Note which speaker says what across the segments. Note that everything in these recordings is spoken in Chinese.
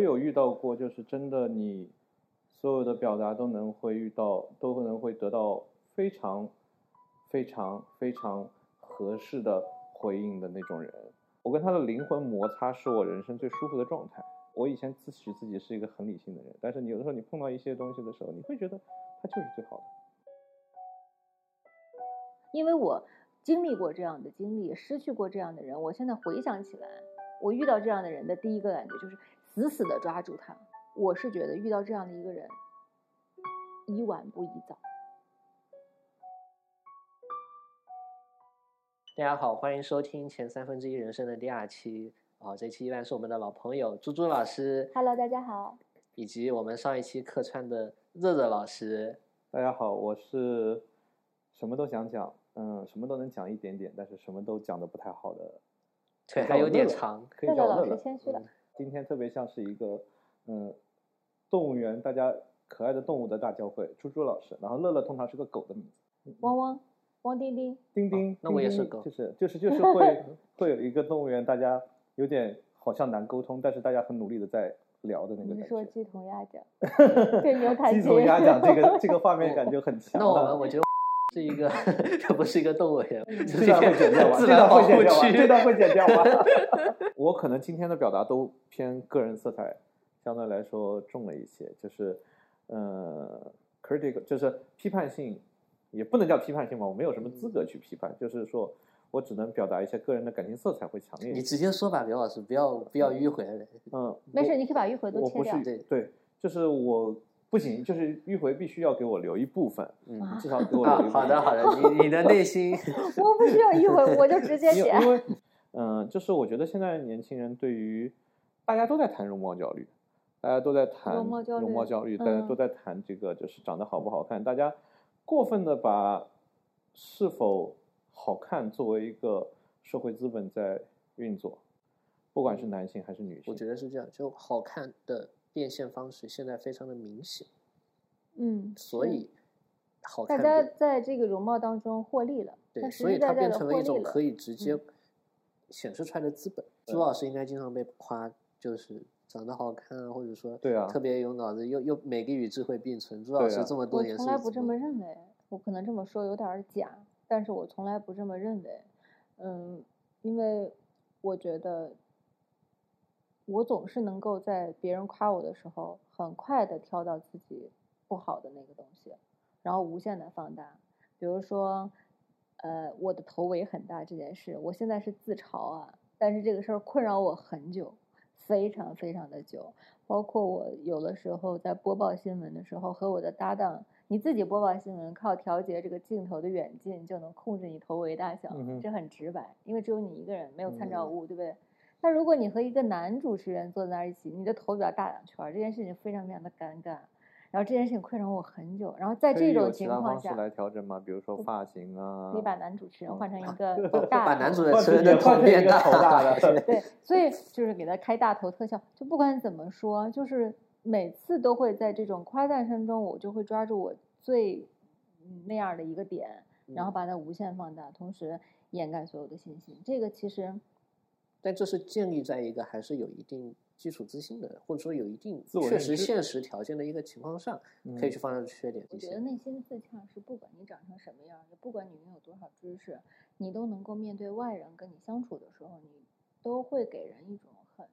Speaker 1: 有遇到过，就是真的你所有的表达都能会遇到，都可能会得到非常、非常、非常合适的回应的那种人。我跟他的灵魂摩擦是我人生最舒服的状态。我以前自诩自己是一个很理性的人，但是你有的时候你碰到一些东西的时候，你会觉得它就是最好的。
Speaker 2: 因为我经历过这样的经历，失去过这样的人，我现在回想起来，我遇到这样的人的第一个感觉就是死死的抓住他。我是觉得遇到这样的一个人，宜晚不宜早。
Speaker 3: 大家好，欢迎收听前三分之一人生的第二期。好、这期依然是我们的老朋友猪猪老师
Speaker 2: Hello，大家好，
Speaker 3: 以及我们上一期客串的热热老师。
Speaker 1: 大家好，我是什么都想讲，嗯，什么都能讲一点点，但是什么都讲的不太好的，
Speaker 3: 腿还有点长，
Speaker 1: 可
Speaker 2: 乐
Speaker 1: 以
Speaker 2: 乐
Speaker 1: 叫乐
Speaker 2: 老师
Speaker 1: 乐。
Speaker 2: 谦虚了。
Speaker 1: 嗯今天特别像是一个嗯动物园大家可爱的动物的大教会，猪猪老师，然后乐乐通常是个狗的名字，
Speaker 2: 汪汪，汪丁丁，
Speaker 1: 丁丁，
Speaker 3: 那我也
Speaker 1: 丁丁
Speaker 3: 是狗
Speaker 1: 就是就是就是会会有一个动物园，大家有点好像难沟通，但是大家很努力的在聊的那个
Speaker 2: 你是
Speaker 1: 感
Speaker 2: 说
Speaker 1: 觉。
Speaker 2: 鸡同鸭讲，对 牛弹
Speaker 1: 鸡
Speaker 2: 琴，
Speaker 1: 同鸭讲这个这个画面感觉很强
Speaker 3: 那我们
Speaker 1: 啊。
Speaker 3: 我觉得是一 个，这不是一个动物园，这
Speaker 1: 嗯这
Speaker 3: 是一
Speaker 1: 段会
Speaker 3: 个
Speaker 1: 剪掉吧？
Speaker 3: 自
Speaker 1: 这
Speaker 3: 然
Speaker 1: 段
Speaker 3: 保
Speaker 1: 会
Speaker 3: 护
Speaker 1: 剪掉吧？ 这
Speaker 3: 区。
Speaker 1: 段会剪掉 吧？我可能今天的表达都偏个人色彩，相对来说重了一些，就是呃，critical 就是批判性，也不能叫批判性吧，我没有什么资
Speaker 3: 嗯
Speaker 1: 格去批判，就是说我只能表达一些个人的感情色彩会强烈一
Speaker 3: 你
Speaker 1: 些。
Speaker 3: 直接说吧，刘老师，不要不要迂回了。
Speaker 1: 嗯，
Speaker 2: 没事，
Speaker 1: 我
Speaker 2: 你可以把迂回都
Speaker 1: 我
Speaker 2: 切
Speaker 1: 不
Speaker 2: 掉
Speaker 1: 是。
Speaker 3: 对
Speaker 1: 对，就是我不行，就是迂回必须要给我留一部分，
Speaker 2: 啊
Speaker 3: 嗯，
Speaker 1: 至少给我留一部
Speaker 3: 好
Speaker 1: 分。
Speaker 3: 好的 好的，你你的内心
Speaker 2: 我不需要迂回，我就直 接
Speaker 1: 因
Speaker 2: 写
Speaker 1: 为。因为 嗯、呃就是我觉得现在年轻人对于大家都在谈容貌焦虑，大家都在谈
Speaker 2: 容貌焦虑
Speaker 1: 虑大家都
Speaker 2: 嗯
Speaker 1: 在谈这个就是长得好不好看，大家过分的把是否好看作为一个社会资本在运作，不管是男性还是女性，
Speaker 3: 我觉得是这样，就好看的变现方式现在非常的明显，
Speaker 2: 嗯，
Speaker 3: 所
Speaker 2: 是
Speaker 3: 以好
Speaker 2: 大
Speaker 3: 看
Speaker 2: 家
Speaker 3: 的
Speaker 2: 在这这个容貌当中获利了，
Speaker 3: 对，
Speaker 2: 但实
Speaker 3: 所以
Speaker 2: 实
Speaker 3: 它
Speaker 2: 在在
Speaker 3: 变
Speaker 2: 的
Speaker 3: 成了
Speaker 2: 获
Speaker 3: 一
Speaker 2: 利
Speaker 3: 种可
Speaker 2: 了。嗯
Speaker 3: 以直接显示出来的资本。朱
Speaker 1: 对
Speaker 3: 老师应该经常被夸，就是长得好看啊，或者说
Speaker 1: 对啊
Speaker 3: 特别有脑子，又又美丽与智慧并存。朱
Speaker 1: 对
Speaker 3: 老师
Speaker 1: 啊
Speaker 3: 这么多
Speaker 2: 我
Speaker 3: 年是
Speaker 2: 从来不
Speaker 3: 怎
Speaker 2: 这么认为，我可能这么说有点儿假，但是我从来不这么认为。嗯，因为我觉得我总是能够在别人夸我的时候，很快的挑到自己不好的那个东西，然后无限的放大。比如说，呃，我的头围很大这件事，我现在是自嘲啊，但是这个事儿困扰我很久，非常非常的久。包括我有的时候在播报新闻的时候，和我的搭档，你自己播报新闻，靠调节这个镜头的远近就能控制你头围大小，
Speaker 1: 嗯哼
Speaker 2: 这很直白，因为只有你一个人，没有参照
Speaker 3: 嗯
Speaker 2: 物，对不对？那如果你和一个男主持人坐在那儿一起，你的头比较大两圈儿，这件事情非常非常的尴尬。然后这件事情困扰我很久。然后在
Speaker 1: 可
Speaker 2: 这
Speaker 1: 以有
Speaker 2: 种
Speaker 1: 其
Speaker 2: 情
Speaker 1: 他
Speaker 2: 况
Speaker 1: 方式
Speaker 2: 下，
Speaker 1: 来调整吗？比如说发型啊，
Speaker 2: 你把男主持
Speaker 1: 嗯
Speaker 2: 人换成一
Speaker 3: 么
Speaker 2: 个 大
Speaker 3: 把
Speaker 2: 头
Speaker 3: 男主
Speaker 1: 换
Speaker 3: 人
Speaker 1: 成
Speaker 3: 人的
Speaker 1: 一个换
Speaker 3: 头
Speaker 1: 成一
Speaker 3: 变
Speaker 1: 个头大
Speaker 3: 大
Speaker 1: 的
Speaker 2: 对，所以就是给他开大头特效。就不管怎么说，就是每次都会在这种夸赞声中，我就会抓住我最嗯那样的一个点，然后
Speaker 3: 嗯
Speaker 2: 把它无限放大，同时掩盖所有的信息。这个其实
Speaker 3: 但这是建立在一个还是有一定基础自信的，或者说有一定
Speaker 1: 自我
Speaker 3: 确
Speaker 1: 认知
Speaker 3: 实现实条件的一个情况上，可以去放大缺点
Speaker 2: 嗯我
Speaker 3: 这
Speaker 2: 觉得
Speaker 3: 些。
Speaker 2: 内心自洽是不管你长成什么样儿，也不管你拥有多少知识，你都能够面对外人跟你相处的时候，你都会给人一种很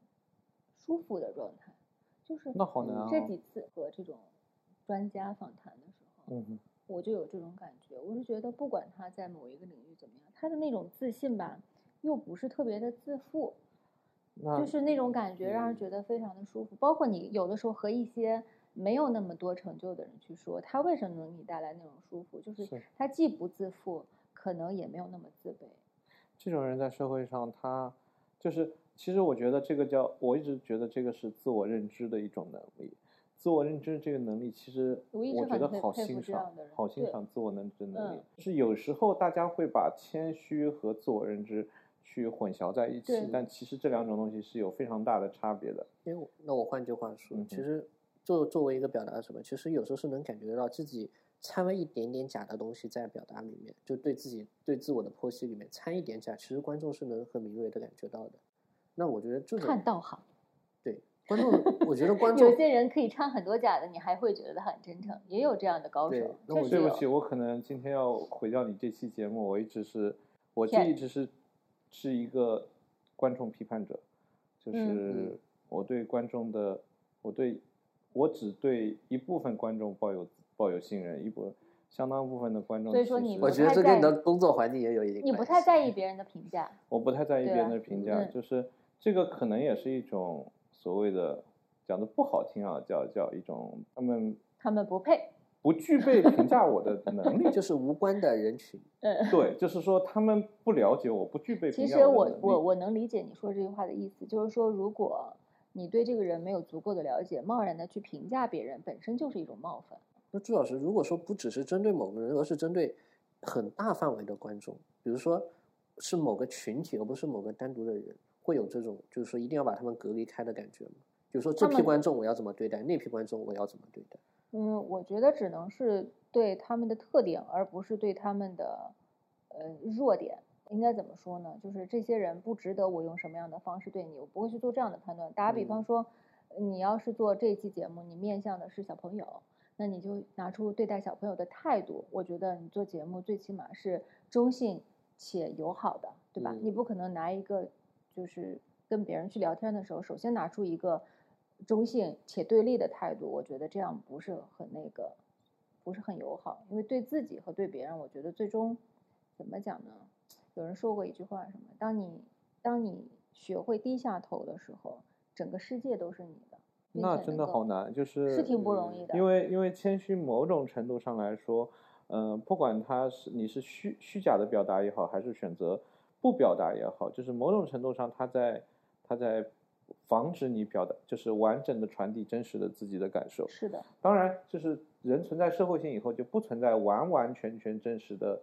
Speaker 2: 舒服的状态。就是
Speaker 1: 那好难啊
Speaker 2: 这几次和这种专家访谈的时候，
Speaker 1: 嗯哼
Speaker 2: 我就有这种感觉。我是觉得，不管他在某一个领域怎么样，他的那种自信吧，又不是特别的自负，
Speaker 1: 那
Speaker 2: 就是那种感觉，让人
Speaker 3: 嗯
Speaker 2: 觉得非常的舒服。包括你有的时候和一些没有那么多成就的人去说，他为什么能给你带来那种舒服，就是
Speaker 1: 是
Speaker 2: 他既不自负，可能也没有那么自卑。
Speaker 1: 这种人在社会上，他就是其实我觉得这个叫，我一直觉得这个是自我认知的一种能力。自我认知这个能力，其实
Speaker 2: 我一直
Speaker 1: 我觉
Speaker 2: 很
Speaker 1: 得
Speaker 2: 佩
Speaker 1: 好
Speaker 2: 佩服
Speaker 1: 欣
Speaker 2: 这
Speaker 1: 赏
Speaker 2: 样的人，
Speaker 1: 好欣
Speaker 2: 对
Speaker 1: 赏自我认知能力
Speaker 2: 嗯。
Speaker 1: 就是有时候大家会把谦虚和自我认知去混淆在一
Speaker 2: 对
Speaker 1: 起，但其实这两种东西是有非常大的差别的。
Speaker 3: 因为我那我换句话说，
Speaker 1: 嗯
Speaker 3: 其
Speaker 1: 哼
Speaker 3: 实作作为一个表达者吧，其实有时候是能感觉得到自己掺了一点点假的东西在表达里面，就对自己对自我的剖析里面掺一点假，其实观众是能很敏锐的感觉到的。那我觉得这种
Speaker 2: 看道行，
Speaker 3: 对观众， 我觉得观众
Speaker 2: 有些人可以穿很多假的，你还会觉得他很真诚，也有这样的高
Speaker 3: 对
Speaker 2: 手。
Speaker 3: 那
Speaker 2: 这
Speaker 3: 我
Speaker 2: 是
Speaker 1: 对不
Speaker 2: 有
Speaker 1: 起，我可能今天要毁掉你这期节目。我一直是，我这
Speaker 2: 天
Speaker 1: 一直是是一个观众批判者，就
Speaker 2: 嗯
Speaker 1: 是我对观众的，我对我只对一部分观众抱有抱有信任，一部相当部分的观众
Speaker 2: 所
Speaker 1: 其
Speaker 2: 以
Speaker 1: 实，
Speaker 2: 说你
Speaker 3: 我
Speaker 2: 不
Speaker 3: 觉得
Speaker 2: 太
Speaker 3: 这跟你
Speaker 2: 在
Speaker 3: 的工作环境也有一定
Speaker 2: 你不
Speaker 3: 关
Speaker 2: 太
Speaker 3: 系，
Speaker 2: 在意别人的评价，
Speaker 1: 我不太在意
Speaker 2: 对
Speaker 1: 别人
Speaker 2: 吧
Speaker 1: 的评价，
Speaker 2: 嗯
Speaker 1: 就是这个可能也是一种所谓的讲的不好听啊，叫叫一种他们
Speaker 2: 他们不配。
Speaker 1: 不具备评价我的能力
Speaker 3: 就是无关的人群，
Speaker 2: 嗯，
Speaker 1: 对，就是说他们不了解我，不具备
Speaker 2: 其
Speaker 1: 评价
Speaker 2: 实
Speaker 1: 我的
Speaker 2: 我
Speaker 1: 能
Speaker 2: 我
Speaker 1: 力
Speaker 2: 我能理解你说这句话的意思，就是说如果你对这个人没有足够的了解，贸然的去评价别人，本身就是一种冒犯。
Speaker 3: 那朱老师，如果说不只是针对某个人，而是针对很大范围的观众，比如说是某个群体，而不是某个单独的人，会有这种就是说一定要把他们隔离开的感觉吗？比如说这
Speaker 2: 他
Speaker 3: 批
Speaker 2: 们
Speaker 3: 观众我要怎么对待，那批观众我要怎么对待？
Speaker 2: 嗯，我觉得只能是对他们的特点，而不是对他们的呃弱点。应该怎么说呢？就是这些人不值得我用什么样的方式对你，我不会去做这样的判断。打比方说，你要是做这期节目，你面向的是小朋友，那你就拿出对待小朋友的态度。我觉得你做节目最起码是中性且友好的，对吧？
Speaker 3: 嗯
Speaker 2: 你不可能拿一个就是跟别人去聊天的时候，首先拿出一个中性且对立的态度，我觉得这样不是很那个，不是很友好，因为对自己和对别人，我觉得最终怎么讲呢？有人说过一句话，什么？当你当你学会低下头的时候，整个世界都是你的。并
Speaker 1: 那
Speaker 2: 且
Speaker 1: 真的
Speaker 2: 能够
Speaker 1: 好，难，就是
Speaker 2: 是挺不容易的。
Speaker 1: 因为因为谦虚某种程度上来说，嗯、不管他是你是虚虚假的表达也好，还是选择不表达也好，就是某种程度上他在他在防止你表达，就是完整的传递真实的自己的感受。
Speaker 2: 是的，
Speaker 1: 当然，就是人存在社会性以后，就不存在完完全全真实的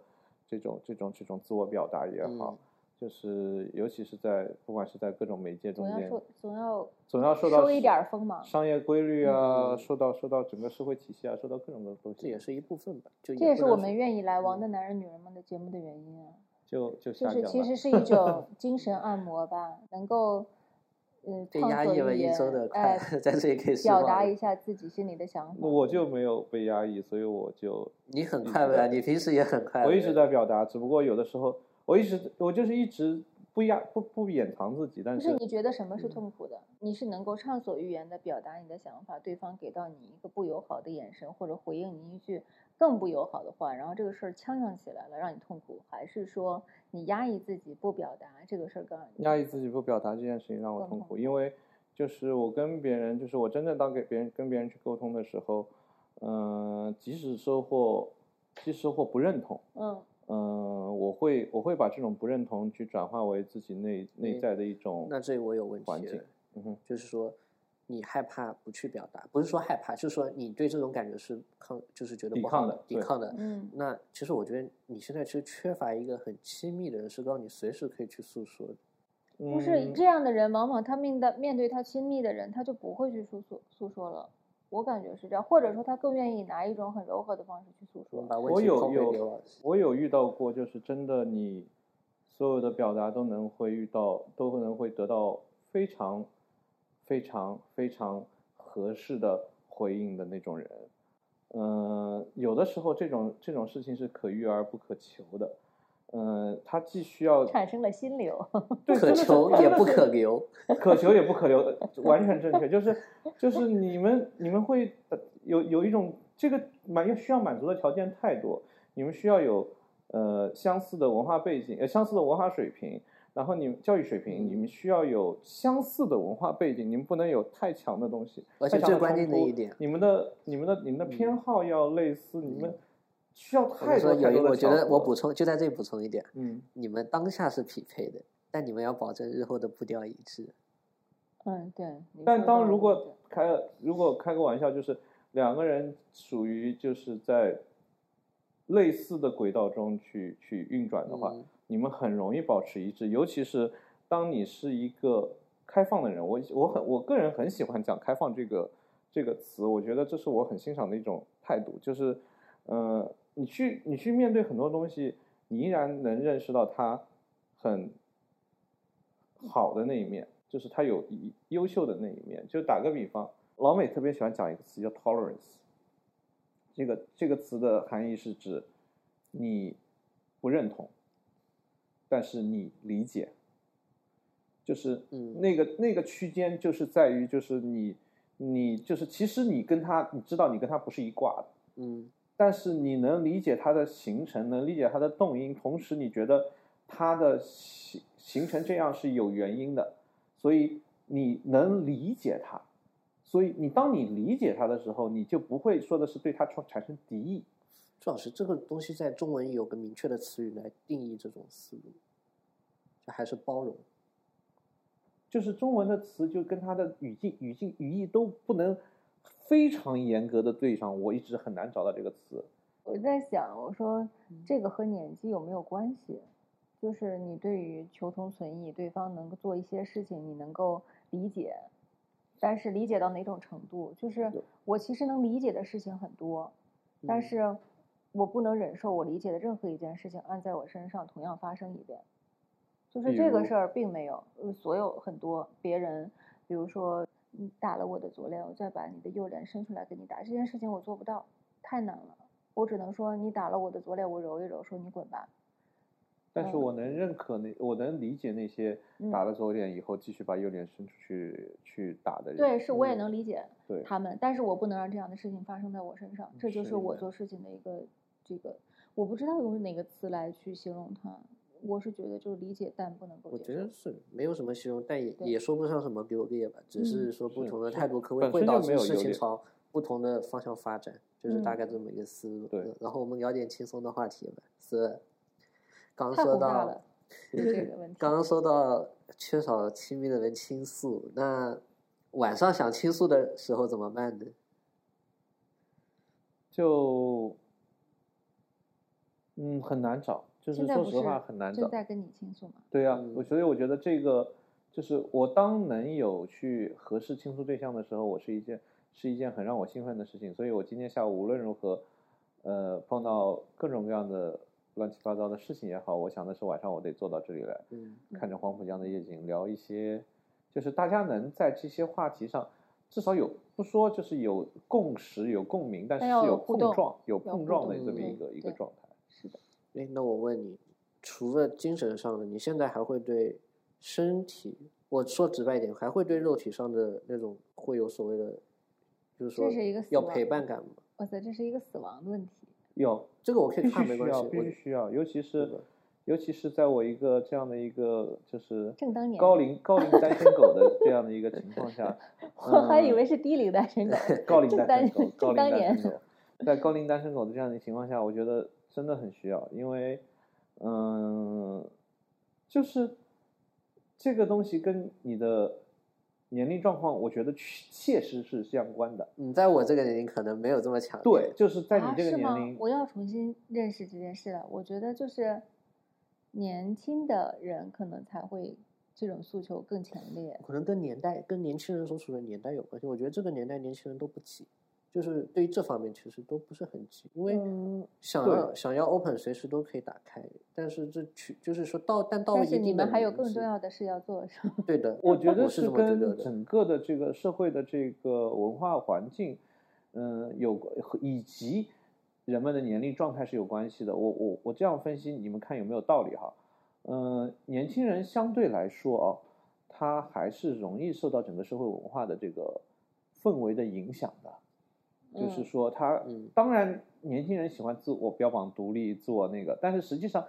Speaker 1: 这种这种这种自我表达也好。
Speaker 3: 嗯
Speaker 1: 就是，尤其是在不管是在各种媒介中
Speaker 2: 总要
Speaker 1: 间，
Speaker 2: 说总要
Speaker 1: 总要受到
Speaker 2: 收一
Speaker 1: 市
Speaker 2: 点儿锋芒
Speaker 1: 商业规律啊，
Speaker 3: 嗯
Speaker 1: 受到受到整个社会体系啊，受到各种各样的东西，
Speaker 3: 这也是一部分吧，就
Speaker 2: 这也
Speaker 3: 不
Speaker 2: 是我
Speaker 3: 能
Speaker 2: 们
Speaker 3: 说
Speaker 2: 愿意来《王
Speaker 3: 嗯
Speaker 2: 的男人女人们》的节目的原因啊。
Speaker 1: 就就
Speaker 2: 就
Speaker 1: 下降
Speaker 2: 是
Speaker 1: 了。
Speaker 2: 其实是一种精神按摩吧，能够嗯
Speaker 3: 被
Speaker 2: 畅
Speaker 3: 压
Speaker 2: 所
Speaker 3: 抑了
Speaker 2: 欲
Speaker 3: 一
Speaker 2: 言
Speaker 3: 周的快
Speaker 2: 哎，
Speaker 3: 乐在这里可以释
Speaker 2: 表
Speaker 3: 放
Speaker 2: 达
Speaker 3: 了
Speaker 2: 一下自己心里的想法。
Speaker 1: 那我就没有被压抑，所以我就
Speaker 3: 你很
Speaker 1: 一直
Speaker 3: 快乐啊，
Speaker 1: 在
Speaker 3: 你平时也很快
Speaker 1: 嗯
Speaker 3: 乐。
Speaker 1: 我一直在表达，只不过有的时候我一直我就是一直不压不不掩藏自己，但
Speaker 2: 就是是你觉得什
Speaker 3: 嗯
Speaker 2: 么是痛苦的？你是能够畅所欲言的表达你的想法，对方给到你一个不友好的眼神，或者回应你一句更不友好的话，然后这个事儿呛呛起来了，让你痛苦，还是说你压抑自己不表达这个事儿更让你
Speaker 1: 压抑自己不表达这件事情让我
Speaker 2: 更
Speaker 1: 痛
Speaker 2: 痛
Speaker 1: 苦，因为就是我跟别人，就是我真正当给别人跟别人去沟通的时候，嗯、即使收获即使收获不认同。
Speaker 2: 嗯
Speaker 1: 嗯，我会我会把这种不认同去转化为自己内内
Speaker 3: 嗯
Speaker 1: 在的一种
Speaker 3: 那这我有问
Speaker 1: 环
Speaker 3: 题
Speaker 1: 境
Speaker 3: 了，
Speaker 1: 嗯哼，
Speaker 3: 就是说你害怕不去表达，不是说害怕，就是说你对这种感觉是抗，就是觉得
Speaker 1: 抵
Speaker 3: 不好
Speaker 1: 抗的
Speaker 3: 的，抵
Speaker 1: 对
Speaker 3: 抗的。
Speaker 2: 嗯，
Speaker 3: 那其实我觉得你现在其实缺乏一个很亲密的人，是告诉你随时可以去诉说的。
Speaker 2: 不是
Speaker 1: 嗯
Speaker 2: 这样的人，往往他面的面对他亲密的人，他就不会去诉说诉说了。我感觉是这样，或者说他更愿意拿一种很柔和的方式去诉
Speaker 3: 我
Speaker 2: 说
Speaker 3: 们。把问
Speaker 1: 我
Speaker 3: 题
Speaker 1: 有
Speaker 3: 抛回
Speaker 1: 有
Speaker 3: 给老师。
Speaker 1: 我有遇到过，就是真的你所有的表达都能会遇到，都可能会得到非常非常非常合适的回应的那种人。嗯、有的时候这种这种事情是可遇而不可求的。嗯、他既需要
Speaker 2: 产生了心流，
Speaker 1: 对
Speaker 3: 可
Speaker 1: 真的是
Speaker 3: 求
Speaker 1: 真
Speaker 3: 也
Speaker 1: 的
Speaker 3: 不
Speaker 1: 是
Speaker 3: 可留，
Speaker 1: 可求也不可留，完全正确。就是就是你们你们会呃有有一种这个满需要满足的条件太多，你们需要有呃相似的文化背景，呃相似的文化水平，然后你们教育水平，你们需要有相似的文化背景，你们不能有太强的东西。
Speaker 3: 而
Speaker 1: 太
Speaker 3: 且
Speaker 1: 强
Speaker 3: 最关
Speaker 1: 冲
Speaker 3: 键的
Speaker 1: 突
Speaker 3: 一点嗯
Speaker 1: 你们的你们的你们的偏好要类似，你们需要
Speaker 3: 我就
Speaker 1: 太
Speaker 3: 说
Speaker 1: 多
Speaker 3: 有
Speaker 1: 太
Speaker 3: 一，
Speaker 1: 多的
Speaker 3: 我觉得
Speaker 1: 巧
Speaker 3: 我
Speaker 1: 合
Speaker 3: 补充就在这里补充一点，
Speaker 1: 嗯，
Speaker 3: 你们当下是匹配的，但你们要保证日后的步调一致。
Speaker 2: 嗯，对。你
Speaker 1: 但
Speaker 2: 说
Speaker 1: 当
Speaker 2: 到
Speaker 1: 如
Speaker 2: 了
Speaker 1: 果开如果开个玩笑，就是两个人属于就是在类似的轨道中去去运转的话，
Speaker 3: 嗯
Speaker 1: 你们很容易保持一致。尤其是当你是一个开放的人，我我很我个人很喜欢讲“开放”这个这个词，我觉得这是我很欣赏的一种态度，就是呃，你去你去面对很多东西，你依然能认识到它很好的那一面。就是他有一优秀的那一面。就打个比方，老美特别喜欢讲一个词叫 tolerance，这个这个词的含义是指你不认同，但是你理解，就是
Speaker 3: 嗯
Speaker 1: 那个那个区间就是在于就是你你就是其实你跟他你知道你跟他不是一挂的。
Speaker 3: 嗯
Speaker 1: 但是你能理解它的形成，能理解它的动因，同时你觉得它的形形成这样是有原因的，所以你能理解它，所以你当你理解它的时候，你就不会说的是对它产产生敌意。
Speaker 3: 朱老师，这个东西在中文有个明确的词语来定义这种思路，就还是包容。
Speaker 1: 就是中文的词就跟它的语境、语境、语义都不能非常严格的对上，我一直很难找到这个词。
Speaker 2: 我在想，我说这个和年纪有没有关系？就是你对于求同存异，对方能够做一些事情，你能够理解，但是理解到哪种程度？就是
Speaker 1: 对
Speaker 2: 我其实能理解的事情很多，但
Speaker 3: 嗯
Speaker 2: 是我不能忍受我理解的任何一件事情按在我身上同样发生一遍。就是
Speaker 1: 比
Speaker 2: 这个
Speaker 1: 如
Speaker 2: 事儿并没有，呃所有很多别人，比如说你打了我的左脸，我再把你的右脸伸出来给你打，这件事情我做不到，太难了。我只能说你打了我的左脸，我揉一揉，说你滚吧。
Speaker 1: 但是
Speaker 2: 嗯
Speaker 1: 我能认可那，我能理解那些
Speaker 2: 嗯
Speaker 1: 打了左脸以后继续把右脸伸出去去打的人。
Speaker 2: 对，是我也
Speaker 3: 嗯
Speaker 2: 能理解
Speaker 1: 对嗯
Speaker 2: 他们，但是我不能让这样的事情发生在我身上，这就是是我
Speaker 1: 的
Speaker 2: 做事情的一个这个，我不知道用哪个词来去形容它。我是觉得就是理解，但不能够
Speaker 3: 我
Speaker 2: 接
Speaker 3: 觉得
Speaker 2: 受。
Speaker 3: 是没有什么形容，但也
Speaker 2: 对
Speaker 3: 也说不上什么优劣吧，只是说不
Speaker 1: 是
Speaker 3: 同的
Speaker 1: 是
Speaker 3: 态度可
Speaker 1: 本
Speaker 3: 能会
Speaker 1: 身就
Speaker 3: 导
Speaker 1: 没
Speaker 3: 致
Speaker 1: 有
Speaker 3: 事
Speaker 1: 优
Speaker 3: 情
Speaker 1: 劣
Speaker 3: 朝不同的方向发展，就是大
Speaker 2: 嗯
Speaker 3: 概这么一个思路。
Speaker 1: 对
Speaker 3: 嗯然后我们聊点轻松的话题吧。是，刚
Speaker 2: 太
Speaker 3: 说
Speaker 2: 宏大了
Speaker 3: 到，
Speaker 2: 对这个 问题。
Speaker 3: 刚刚说到缺少亲密的人倾诉，那晚上想倾诉的时候怎么办呢？
Speaker 1: 就嗯很难找，就是
Speaker 2: 现在
Speaker 1: 说
Speaker 2: 不
Speaker 1: 实话
Speaker 2: 是
Speaker 1: 很难
Speaker 2: 正
Speaker 1: 找。
Speaker 2: 在跟你倾诉嘛？
Speaker 1: 对呀、
Speaker 3: 嗯
Speaker 1: 我所以我觉得这个就是我当能有去合适倾诉对象的时候，我是一件是一件很让我兴奋的事情。所以我今天下午无论如何，呃，碰到各种各样的乱七八糟的事情也好，我想的是晚上我得坐到这里来，
Speaker 3: 嗯
Speaker 1: 看着黄浦江的夜景，聊一些，就是大家能在这些话题上，至少有不说就是有共识、有共鸣，但是
Speaker 2: 但要
Speaker 1: 是有
Speaker 2: 有互
Speaker 1: 碰
Speaker 2: 动
Speaker 1: 撞、有
Speaker 2: 互
Speaker 1: 碰撞的
Speaker 3: 动
Speaker 1: 这么
Speaker 3: 对
Speaker 1: 一个一个
Speaker 2: 对
Speaker 1: 状态。
Speaker 2: 是的，
Speaker 3: 哎，那我问你，除了精神上的，你现在还会对身体，我说直白一点，还会对肉体上的那种会有所谓的，就是说
Speaker 2: 这是一个死
Speaker 3: 要
Speaker 2: 亡
Speaker 3: 陪伴感吗？
Speaker 2: 哇塞，这是一个死亡的问
Speaker 1: 嗯
Speaker 2: 题。
Speaker 1: 有
Speaker 3: 这个我可
Speaker 1: 必
Speaker 3: 以看
Speaker 1: 须
Speaker 3: 没
Speaker 1: 需
Speaker 3: 关系
Speaker 1: 要，，必
Speaker 3: 我
Speaker 1: 须需要，尤其
Speaker 3: 对
Speaker 1: 是
Speaker 3: 吧
Speaker 1: 尤其是在我一个这样的一个就是
Speaker 2: 正当年
Speaker 1: 高
Speaker 2: 龄
Speaker 1: 龄高龄单身狗的这样的一个情况下，
Speaker 2: 我还以
Speaker 1: 嗯，
Speaker 2: 为是低龄单身狗
Speaker 1: 高龄
Speaker 2: 正
Speaker 1: 单身
Speaker 2: 当
Speaker 1: 狗，高
Speaker 2: 正
Speaker 1: 龄
Speaker 2: 当
Speaker 1: 单
Speaker 2: 年
Speaker 1: 身狗， 在高龄单身狗的这样的情况下，我觉得真的很需要，因为，嗯，就是这个东西跟你的年龄状况，我觉得确切实是相关的。
Speaker 3: 你在我这个年龄可能没有这么强烈，
Speaker 1: 对，就是在你
Speaker 2: 啊
Speaker 1: 这个
Speaker 2: 是
Speaker 1: 年
Speaker 2: 吗
Speaker 1: 龄，
Speaker 2: 我要重新认识这件事了。我觉得就是年轻的人可能才会这种诉求更强烈。
Speaker 3: 可能跟年代、跟年轻人所处的年代有关系。我觉得这个年代年轻人都不急，就是对于这方面其实都不是很急，因为
Speaker 2: 嗯，
Speaker 3: 想
Speaker 1: 对
Speaker 3: 要想要 open 随时都可以打开，但是这取就是说到但到
Speaker 2: 但
Speaker 3: 了
Speaker 2: 是
Speaker 3: 一
Speaker 2: 你
Speaker 3: 定的
Speaker 2: 们还有
Speaker 3: 年
Speaker 2: 更
Speaker 3: 纪
Speaker 2: 重要的事要做，是吗？
Speaker 3: 对的，
Speaker 1: 我觉得
Speaker 3: 是这么觉得
Speaker 1: 跟
Speaker 3: 的。
Speaker 1: 整个的这个社会的这个文化环境，嗯，有和以及人们的年龄状态是有关系的。我我我这样分析，你们看有没有道理哈？嗯，年轻人相对来说啊，他还是容易受到整个社会文化的这个氛围的影响的。 就是
Speaker 2: 嗯
Speaker 1: 说他
Speaker 3: 嗯，
Speaker 1: 当然年轻人喜欢自我标榜独立，自我那个，但是实际上，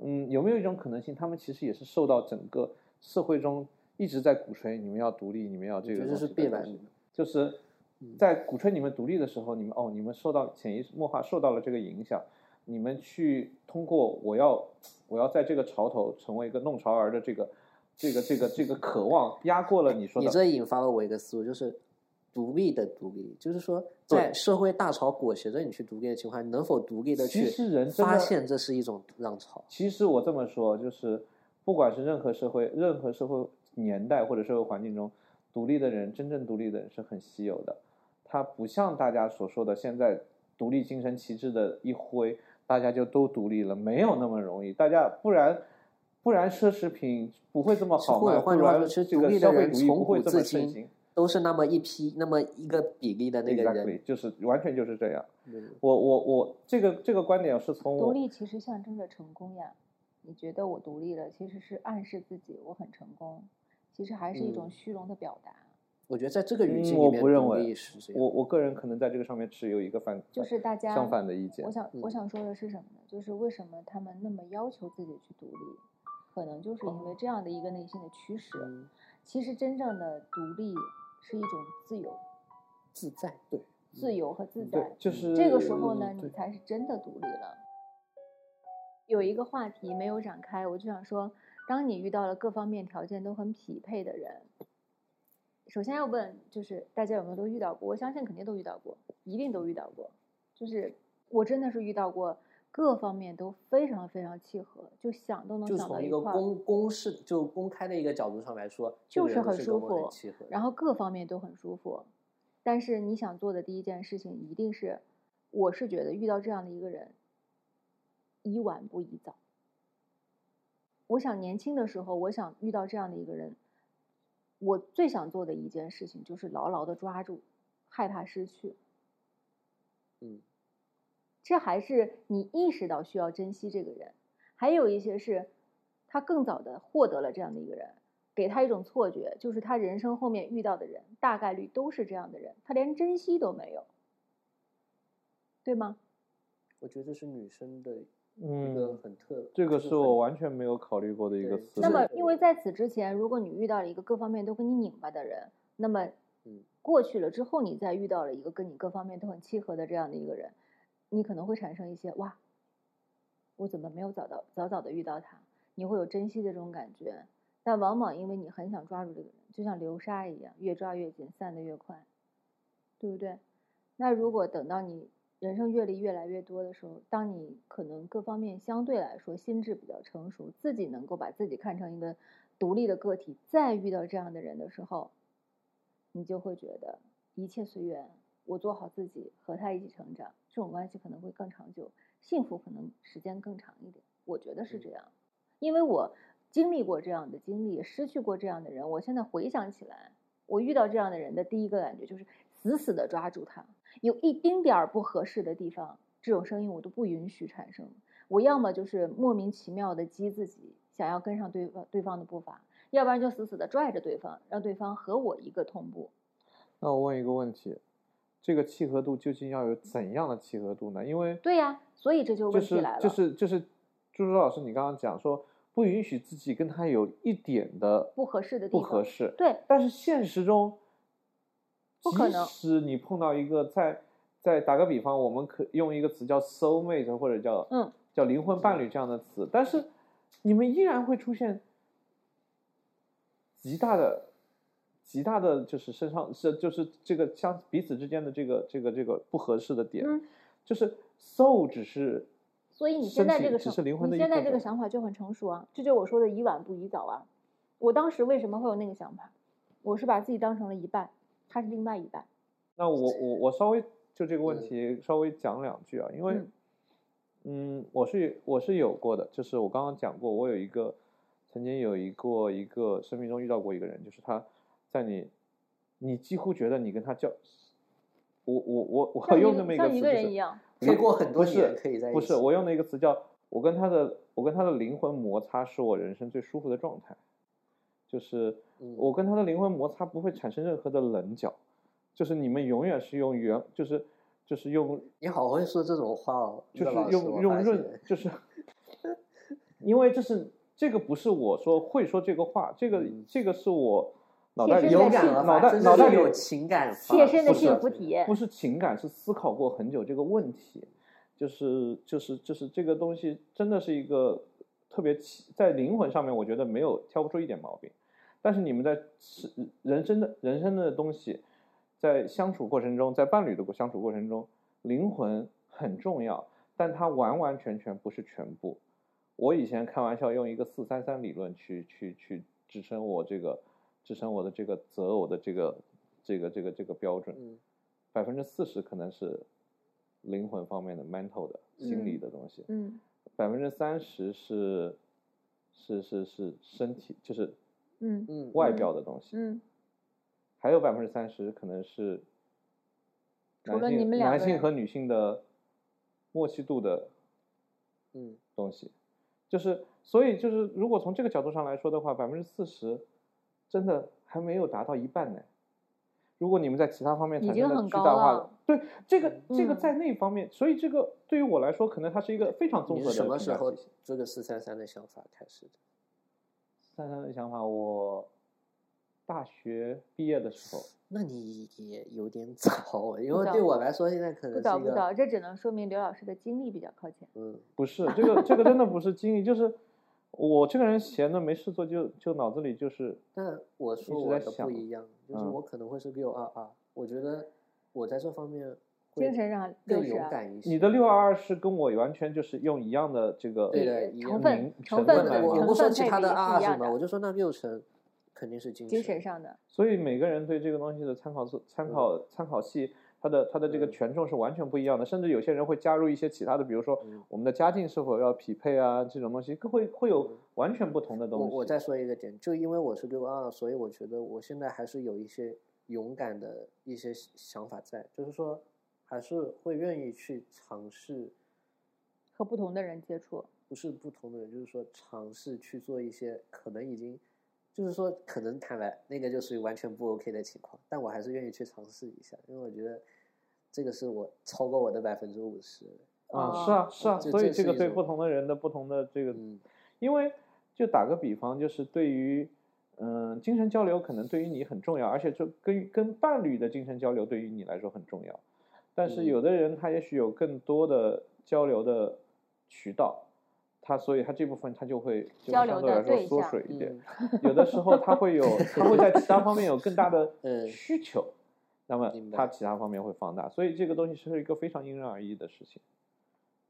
Speaker 1: 嗯，有没有一种可能性，他们其实也是受到整个社会中一直在鼓吹你们要独立，你们要这个
Speaker 3: 觉得
Speaker 1: 东
Speaker 3: 是
Speaker 1: 西
Speaker 3: 必
Speaker 1: 那个
Speaker 3: 然
Speaker 1: 东西
Speaker 3: 的
Speaker 1: 就是
Speaker 3: 嗯
Speaker 1: 在鼓吹你们独立的时候，你们哦，你们受到潜移默化受到了这个影响，你们去通过我要我要在这个潮头成为一个弄潮儿的这个这个这个这个渴望压过了你说
Speaker 3: 你
Speaker 1: 的
Speaker 3: 这引发了我一个思路，就是独立的独立，就是说
Speaker 1: 对
Speaker 3: 在社会大潮裹挟着你去独立的情况下，你能否独立的
Speaker 1: 其
Speaker 3: 去
Speaker 1: 实人真
Speaker 3: 发
Speaker 1: 的
Speaker 3: 现这是一种浪潮？
Speaker 1: 其实我这么说，就是不管是任何社会、任何社会年代或者社会环境中，独立的人，真正独立的人是很稀有的。他不像大家所说的，现在独立精神旗帜的一挥，大家就都独立了，没有那么容易。大家不然不然奢侈品不会这么好
Speaker 3: 或者
Speaker 1: 卖，
Speaker 3: 换句
Speaker 1: 不
Speaker 3: 话
Speaker 1: 然
Speaker 3: 说其实
Speaker 1: 这
Speaker 3: 独
Speaker 1: 个
Speaker 3: 立的
Speaker 1: 消费
Speaker 3: 人
Speaker 1: 主义
Speaker 3: 从
Speaker 1: 不会这
Speaker 3: 古至
Speaker 1: 么盛
Speaker 3: 今
Speaker 1: 行。
Speaker 3: 都是那么一批那么一个比例的那个人。
Speaker 1: Exactly，就是完全就是这样。
Speaker 3: 嗯
Speaker 1: 我我我这个这个观点是从
Speaker 2: 独
Speaker 1: 我
Speaker 2: 立其实象征着成功呀。你觉得我独立了，其实是暗示自己我很成功，其实还是一种
Speaker 3: 嗯
Speaker 2: 虚荣的表达，
Speaker 3: 我觉得在这个语
Speaker 1: 嗯
Speaker 3: 境
Speaker 1: 我
Speaker 3: 里面，
Speaker 1: 不认
Speaker 3: 独
Speaker 1: 为
Speaker 3: 立是这样
Speaker 1: 我我个人可能在这个上面持有一个反
Speaker 2: 就是大家
Speaker 1: 相反的意见
Speaker 2: 我。想我
Speaker 3: 嗯
Speaker 2: 想说的是什么呢？就是为什么他们那么要求自己去独立，可能就是因为这样的一个内心的驱使。
Speaker 3: 嗯
Speaker 2: 其实真正的独立是一种自由、
Speaker 3: 自在，对，
Speaker 2: 自由和自在。嗯
Speaker 1: 对，就是
Speaker 2: 这个时候呢，你
Speaker 1: 对
Speaker 2: 才是真的独立了。有一个话题没有展开，我就想说，当你遇到了各方面条件都很匹配的人，首先要问就是大家有没有都遇到过？我相信肯定都遇到过，一定都遇到过。就是我真的是遇到过各方面都非常非常契合，就想都能
Speaker 3: 就
Speaker 2: 想到
Speaker 3: 从
Speaker 2: 一
Speaker 3: 一个
Speaker 2: 块儿，
Speaker 3: 公公式就公开的一个角度上来说，
Speaker 2: 就是
Speaker 3: 这个人
Speaker 2: 很
Speaker 3: 是
Speaker 2: 舒
Speaker 3: 跟我
Speaker 2: 服
Speaker 3: 契合的。
Speaker 2: 然后各方面都很舒服。但是你想做的第一件事情，一定是，我是觉得遇到这样的一个人，宜晚不宜早。我想年轻的时候，我想遇到这样的一个人，我最想做的一件事情就是牢牢的抓住，害怕失去。
Speaker 3: 嗯，
Speaker 2: 这还是你意识到需要珍惜这个人，还有一些是，他更早的获得了这样的一个人，给他一种错觉，就是他人生后面遇到的人大概率都是这样的人，他连珍惜都没有，对吗？
Speaker 3: 我觉得这是女生的一个
Speaker 1: 嗯，
Speaker 3: 很特，
Speaker 1: 这个
Speaker 3: 就是很
Speaker 1: 我完全没有考虑过的一个
Speaker 3: 对
Speaker 1: 思
Speaker 3: 就
Speaker 2: 那
Speaker 1: 路
Speaker 2: 么
Speaker 3: 是，
Speaker 2: 因为在此之前，如果你遇到了一个各方面都跟你拧巴的人，那么
Speaker 3: 嗯
Speaker 2: 过去了之后，你再遇到了一个跟你各方面都很契合的这样的一个人，你可能会产生一些哇，我怎么没有早到早早的遇到他？你会有珍惜的这种感觉，但往往因为你很想抓住这个人，就像流沙一样，越抓越紧，散得越快，对不对？那如果等到你人生阅历越来越多的时候，当你可能各方面相对来说心智比较成熟，自己能够把自己看成一个独立的个体，再遇到这样的人的时候，你就会觉得一切随缘，我做好自己，和他一起成长，这种关系可能会更长久，幸福可能时间更长一点。我觉得是这样，因为我经历过这样的经历，失去过这样的人，我现在回想起来，我遇到这样的人的第一个感觉就是死死的抓住他，有一丁点儿不合适的地方，这种声音我都不允许产生。我要么就是莫名其妙的激自己，想要跟上对方对方的步伐，要不然就死死的拽着对方，让对方和我一个同步。
Speaker 1: 那我问一个问题，这个契合度究竟要有怎样的契合度呢？因为
Speaker 2: 对呀、所以这就
Speaker 1: 就
Speaker 2: 问题
Speaker 1: 是
Speaker 2: 来了。
Speaker 1: 就是就是朱朱老师，你刚刚讲说不允许自己跟他有一点的
Speaker 2: 不合适的地
Speaker 1: 不
Speaker 2: 方，
Speaker 1: 合适，
Speaker 2: 对，
Speaker 1: 但是现实中，
Speaker 2: 不可能
Speaker 1: 即使你碰到一个在在打个比方，我们可用一个词叫 soul mate 或者叫
Speaker 2: 嗯
Speaker 1: 叫灵魂伴侣这样的词，但是你们依然会出现极大的、极大的就是身上是就是这个相彼此之间的这个这个这个不合适的点，
Speaker 2: 嗯，
Speaker 1: 就是 soul 只是
Speaker 2: 所以你现在
Speaker 1: 身体
Speaker 2: 这个
Speaker 1: 只
Speaker 2: 想
Speaker 1: 是灵魂的一
Speaker 2: 你现在
Speaker 1: 部
Speaker 2: 这个
Speaker 1: 分
Speaker 2: 想法就很成熟啊，这就是我说的以晚不宜早啊。我当时为什么会有那个想法？我是把自己当成了一半，他是另外一半。
Speaker 1: 那我我我稍微就这个问
Speaker 3: 嗯
Speaker 1: 题稍微讲两句啊，因为
Speaker 2: 嗯，
Speaker 1: 嗯，我是我是有过的，就是我刚刚讲过，我有一个曾经有一个一个生命中遇到过一个人，就是他在你你几乎觉得你跟他交，我我我我
Speaker 2: 像
Speaker 1: 用
Speaker 2: 一
Speaker 1: 那么
Speaker 2: 个
Speaker 1: 一个词，就
Speaker 2: 像一个人
Speaker 1: 是
Speaker 2: 一样，
Speaker 3: 可以过很多
Speaker 1: 不是
Speaker 3: 年可以在一
Speaker 1: 不
Speaker 3: 起
Speaker 1: 是我用了一个词叫我跟他的我跟他的灵魂摩擦是我人生最舒服的状态，就是
Speaker 3: 嗯
Speaker 1: 我跟他的灵魂摩擦不会产生任何的棱角，就是你们永远是用原就是就是用
Speaker 3: 你好会说这种话哦，
Speaker 1: 就
Speaker 3: 乐
Speaker 1: 是
Speaker 3: 老师
Speaker 1: 用
Speaker 3: 我
Speaker 1: 用
Speaker 3: 发
Speaker 1: 润
Speaker 3: 现，
Speaker 1: 就是 因为这是这个不是我说会说这个话，这个
Speaker 3: 嗯
Speaker 1: 这个是我脑
Speaker 2: 切
Speaker 1: 袋里
Speaker 2: 身的
Speaker 3: 有
Speaker 2: 幸
Speaker 3: 感
Speaker 2: 福
Speaker 3: 而
Speaker 1: 脑
Speaker 3: 发，
Speaker 1: 袋
Speaker 3: 真
Speaker 1: 脑
Speaker 3: 的
Speaker 1: 袋
Speaker 3: 是
Speaker 1: 里
Speaker 3: 有情感发，
Speaker 2: 切身的
Speaker 1: 不是
Speaker 2: 幸福体验
Speaker 1: 不。是情感，是思考过很久这个问题，就是就是就是这个东西真的是一个特别奇在灵魂上面，我觉得没有挑不出一点毛病，但是你们在是人生的人生的东西，在相处过程中，在伴侣的相处过程中，灵魂很重要，但它完完全全不是全部。我以前开玩笑用一个四三三理论去去去支撑我这个支撑我的这个择偶的这个这个这个这个标准，
Speaker 3: 嗯
Speaker 1: 百分之四十可能是灵魂方面的 mental 的心理
Speaker 2: 嗯
Speaker 1: 的东西，
Speaker 2: 嗯，
Speaker 1: 百分之三十是是是是身体，就是
Speaker 2: 嗯
Speaker 3: 嗯，
Speaker 1: 外
Speaker 3: 嗯
Speaker 1: 表的东西，
Speaker 2: 嗯，
Speaker 1: 还有百分之三十可能是
Speaker 2: 除
Speaker 1: 男
Speaker 2: 了
Speaker 1: 性
Speaker 2: 你们两
Speaker 1: 男
Speaker 2: 个
Speaker 1: 性
Speaker 2: 人
Speaker 1: 和女性的默契度的
Speaker 3: 嗯
Speaker 1: 东西，就是所以就是如果从这个角度上来说的话，百分之四十真的还没有达到一半呢。如果你们在其他方面
Speaker 2: 已
Speaker 1: 产
Speaker 2: 经
Speaker 1: 生了
Speaker 2: 很
Speaker 1: 巨
Speaker 2: 高
Speaker 1: 大化
Speaker 2: 了
Speaker 1: 的，对这个这个
Speaker 2: 嗯
Speaker 1: 在那方面，所以这个对于我来说，可能它是一个非常综
Speaker 3: 嗯你
Speaker 1: 合的
Speaker 3: 是什么
Speaker 1: 评
Speaker 3: 时
Speaker 1: 价
Speaker 3: 候
Speaker 1: 体系
Speaker 3: 这个四三三的想法开始的？
Speaker 1: 三三的想法，我大学毕业的时候，
Speaker 3: 那你也有点早，哦因为
Speaker 2: 早
Speaker 3: 对我来说现在可能
Speaker 2: 不
Speaker 3: 呃是
Speaker 2: 早
Speaker 3: 一
Speaker 2: 不早，
Speaker 3: 个
Speaker 2: 这只能说明刘老师的经历比较靠前。
Speaker 3: 嗯
Speaker 1: 不 是这个这个真的不是经历，就是我这个人闲着没事做就就脑子里就是
Speaker 3: 但我说
Speaker 1: 直
Speaker 3: 我
Speaker 1: 在
Speaker 3: 的不
Speaker 1: 想
Speaker 3: 一样，就是
Speaker 1: 嗯
Speaker 3: 我可能会是六二二，我觉得我在这方面会
Speaker 2: 精神上六
Speaker 3: 更
Speaker 2: 十
Speaker 3: 勇
Speaker 2: 啊，
Speaker 3: 敢一些。
Speaker 1: 你的六二二是跟我完全就是用一样的这个
Speaker 3: 对的，一样
Speaker 2: 成
Speaker 3: 的
Speaker 2: 分
Speaker 1: 嗯
Speaker 2: 成
Speaker 1: 成
Speaker 3: 我
Speaker 1: 分
Speaker 2: 分
Speaker 1: 来
Speaker 3: 我我
Speaker 1: 嘛
Speaker 2: 成
Speaker 3: 不说
Speaker 2: 分
Speaker 3: 其
Speaker 2: 配
Speaker 3: 他
Speaker 2: 比
Speaker 3: 的
Speaker 2: 是
Speaker 3: 二二
Speaker 2: 一
Speaker 3: 什
Speaker 2: 样
Speaker 3: 么，我
Speaker 2: 的，
Speaker 3: 就说那六成肯定是精
Speaker 2: 精神
Speaker 3: 上。
Speaker 2: 上的。
Speaker 1: 所以每个人对这个东西的参考是参考参考系，它的它的这个
Speaker 3: 嗯
Speaker 1: 权重是完全不一样的，甚至有些人会加入一些其他的，比如说
Speaker 3: 嗯
Speaker 1: 我们的家境是否要匹配啊，这种东西会会有
Speaker 3: 嗯
Speaker 1: 完全不同的
Speaker 3: 我
Speaker 1: 东西。
Speaker 3: 我再说一个点，就因为我是六二，所以我觉得我现在还是有一些勇敢的一些想法在，就是说还是会愿意去尝试，
Speaker 2: 和不同的人接触，
Speaker 3: 不是不同的人，就是说尝试去做一些可能已经，就是说可能坦白那个就属于完全不 OK 的情况，但我还是愿意去尝试一下，因为我觉得这个是我超过我的百分之五十。
Speaker 1: 啊，是啊，是啊，
Speaker 3: 这
Speaker 1: 所以
Speaker 3: 这
Speaker 1: 这
Speaker 3: 是
Speaker 1: 个
Speaker 3: 一
Speaker 1: 对
Speaker 3: 种
Speaker 1: 不同的人的不同的这个，
Speaker 3: 嗯
Speaker 1: 因为就打个比方，就是对于嗯、精神交流，可能对于你很重要，而且就跟跟伴侣的精神交流对于你来说很重要，但是
Speaker 3: 嗯
Speaker 1: 有的人他也许有更多的交流的渠道。他所以他这部分他就会就
Speaker 2: 交
Speaker 1: 会
Speaker 2: 流
Speaker 1: 相对
Speaker 2: 的
Speaker 1: 来说
Speaker 2: 对
Speaker 1: 缩
Speaker 2: 象嗯
Speaker 1: 水一点，
Speaker 3: 嗯，
Speaker 1: 有的时候他会有他会在其他方面有更大 的
Speaker 3: 嗯
Speaker 1: 需求，那么
Speaker 3: 明白
Speaker 1: 他其他方面会放大，所以这个东西是一个非常因人而异的事情。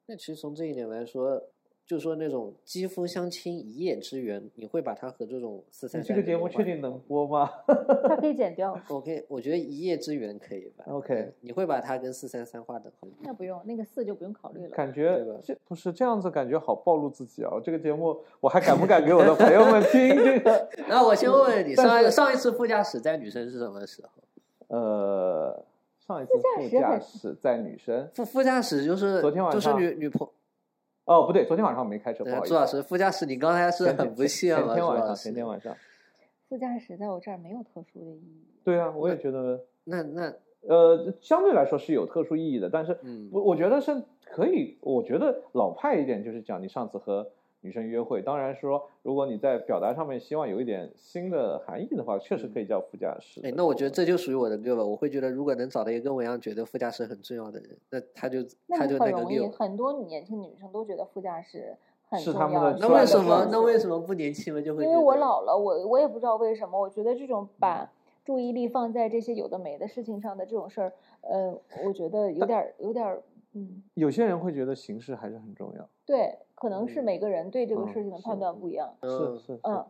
Speaker 3: 那其实从这一点来说，就说那种肌肤相亲一夜之缘，你会把它和这种四
Speaker 1: 你
Speaker 3: 三
Speaker 1: 这个节目确定能播吗？
Speaker 2: 他可以减 掉，
Speaker 3: ？OK，我觉得一夜之缘可以吧
Speaker 1: OK
Speaker 3: 嗯你会把它跟四三三划等号吗？
Speaker 2: 那不用那个四就不用考虑了。
Speaker 1: 感觉
Speaker 3: 对吧
Speaker 1: 这不是这样子，感觉好暴露自己啊！这个节目我还敢不敢给我的朋友们听这 个？
Speaker 3: 然后我先问问你，
Speaker 1: 但
Speaker 3: 上
Speaker 1: 是
Speaker 3: 一上一次副驾驶在女生是什么时候？
Speaker 1: 呃，上一次副
Speaker 2: 驾驶
Speaker 1: 驾
Speaker 2: 很
Speaker 1: 驶在女生，
Speaker 3: 副副驾驶就是
Speaker 1: 昨天晚
Speaker 3: 就是
Speaker 1: 上
Speaker 3: 女女朋
Speaker 1: 哦不对，昨天晚上我没开车，不
Speaker 3: 呃
Speaker 1: 好意
Speaker 3: 朱老
Speaker 1: 思。啊
Speaker 3: 师副驾驶，你刚才是
Speaker 1: 前天
Speaker 3: 很不屑
Speaker 1: 前
Speaker 3: 吗？
Speaker 1: 天
Speaker 3: 朱
Speaker 1: 晚
Speaker 3: 老
Speaker 1: 上，
Speaker 3: 师
Speaker 1: 前天晚上，
Speaker 2: 副驾驶在我这儿没有特殊的意义，
Speaker 1: 对啊，我也觉得，
Speaker 3: 那那
Speaker 1: 呃，相对来说是有特殊意义的，但是
Speaker 3: 嗯
Speaker 1: 我我觉得是可以，我觉得老派一点就是讲你上次和女生约会，当然说如果你在表达上面希望有一点新的含义的话，确实可以叫副驾驶的。
Speaker 3: 嗯哎，那我觉得这就属于我的六了。我会觉得，如果能找到一个跟我一样觉得副驾驶很重要的人，那他就
Speaker 2: 那
Speaker 3: 他
Speaker 2: 你
Speaker 3: 就
Speaker 2: 很
Speaker 3: 个
Speaker 2: 容易，
Speaker 3: 六。
Speaker 2: 很多年轻女生都觉得副驾驶很
Speaker 1: 是
Speaker 2: 重
Speaker 1: 他
Speaker 2: 要。
Speaker 1: 们的
Speaker 3: 那
Speaker 1: 专
Speaker 3: 为
Speaker 1: 业
Speaker 3: 什么
Speaker 1: 专？
Speaker 3: 那为什么不年轻了就会？嗯
Speaker 2: 因为我，老了，我我也不知道为什么，我觉得这种把注意力放在这些有的没的事情上的这种事儿，呃，我觉得有点儿有点儿，嗯，
Speaker 1: 有些人会觉得形式还是很重要。
Speaker 2: 对，可能是
Speaker 3: 嗯
Speaker 2: 每个人对这个
Speaker 1: 嗯
Speaker 2: 事情的
Speaker 1: 是
Speaker 2: 判断不一样。
Speaker 1: 是
Speaker 3: 嗯，
Speaker 1: 是，是
Speaker 2: 嗯，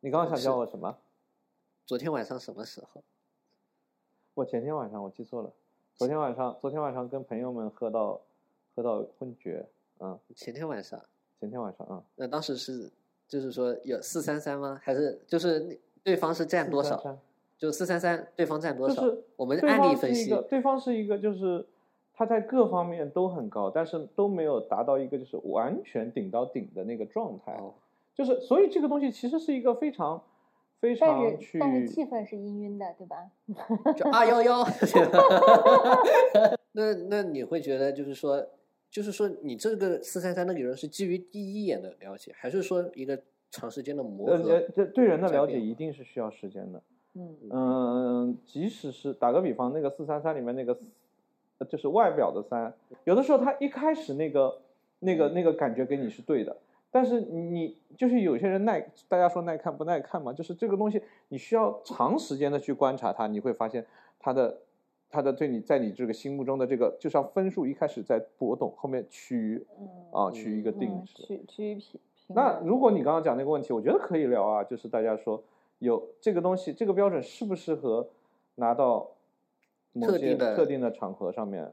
Speaker 1: 你刚刚想
Speaker 3: 是
Speaker 1: 叫我什么？
Speaker 3: 昨天晚上什么时候？
Speaker 1: 我前天晚上我记错了，昨天晚上昨天晚上跟朋友们喝到喝到昏厥，嗯，
Speaker 3: 前天晚上。
Speaker 1: 前天晚上啊，
Speaker 3: 那当时是就是说有四三三吗？还是就是那对方是占多少？
Speaker 1: 433？
Speaker 3: 就四三三，对方占多
Speaker 1: 就
Speaker 3: 少？
Speaker 1: 是
Speaker 3: 我们
Speaker 1: 对
Speaker 3: 案例
Speaker 1: 方
Speaker 3: 分
Speaker 1: 是一
Speaker 3: 析
Speaker 1: 个，。对方是一个就是他在各方面都很高，但是都没有达到一个就是完全顶到顶的那个状态，
Speaker 3: 哦，
Speaker 1: 就是所以这个东西其实是一个非常非
Speaker 2: 但
Speaker 1: 常
Speaker 2: 是
Speaker 1: 去呃
Speaker 2: 但是气氛是氤氲的，对吧？
Speaker 3: 就二幺幺。 那那你会觉得就是说，就是说你这个四三三的理论是基于第一眼的了解，还是说一个长时间的磨
Speaker 1: 呃
Speaker 3: 合
Speaker 1: 呃？这对人的
Speaker 3: 在
Speaker 1: 了
Speaker 3: 变
Speaker 1: 解
Speaker 3: 化
Speaker 1: 一定是需要时间的。
Speaker 2: 嗯
Speaker 1: 嗯，即使是打个比方，那个四三三里面那个四，呃就是外表的三，有的时候他一开始那个那个那个感觉给你是对的，但是你就是有些人耐，大家说耐看不耐看嘛，就是这个东西你需要长时间的去观察它，你会发现它的它的对你在你这个心目中的这个，就像分数一开始在波动，后面趋于
Speaker 2: 嗯，
Speaker 1: 啊趋于一个
Speaker 2: 嗯
Speaker 1: 定值。
Speaker 2: 趋趋于平平
Speaker 1: 那
Speaker 2: 稳
Speaker 1: 如果你刚刚讲那个问题，我觉得可以聊啊，就是大家说有这个东西，这个标准适不适合拿到某
Speaker 3: 特
Speaker 1: 些
Speaker 3: 定的
Speaker 1: 特定的场合上面？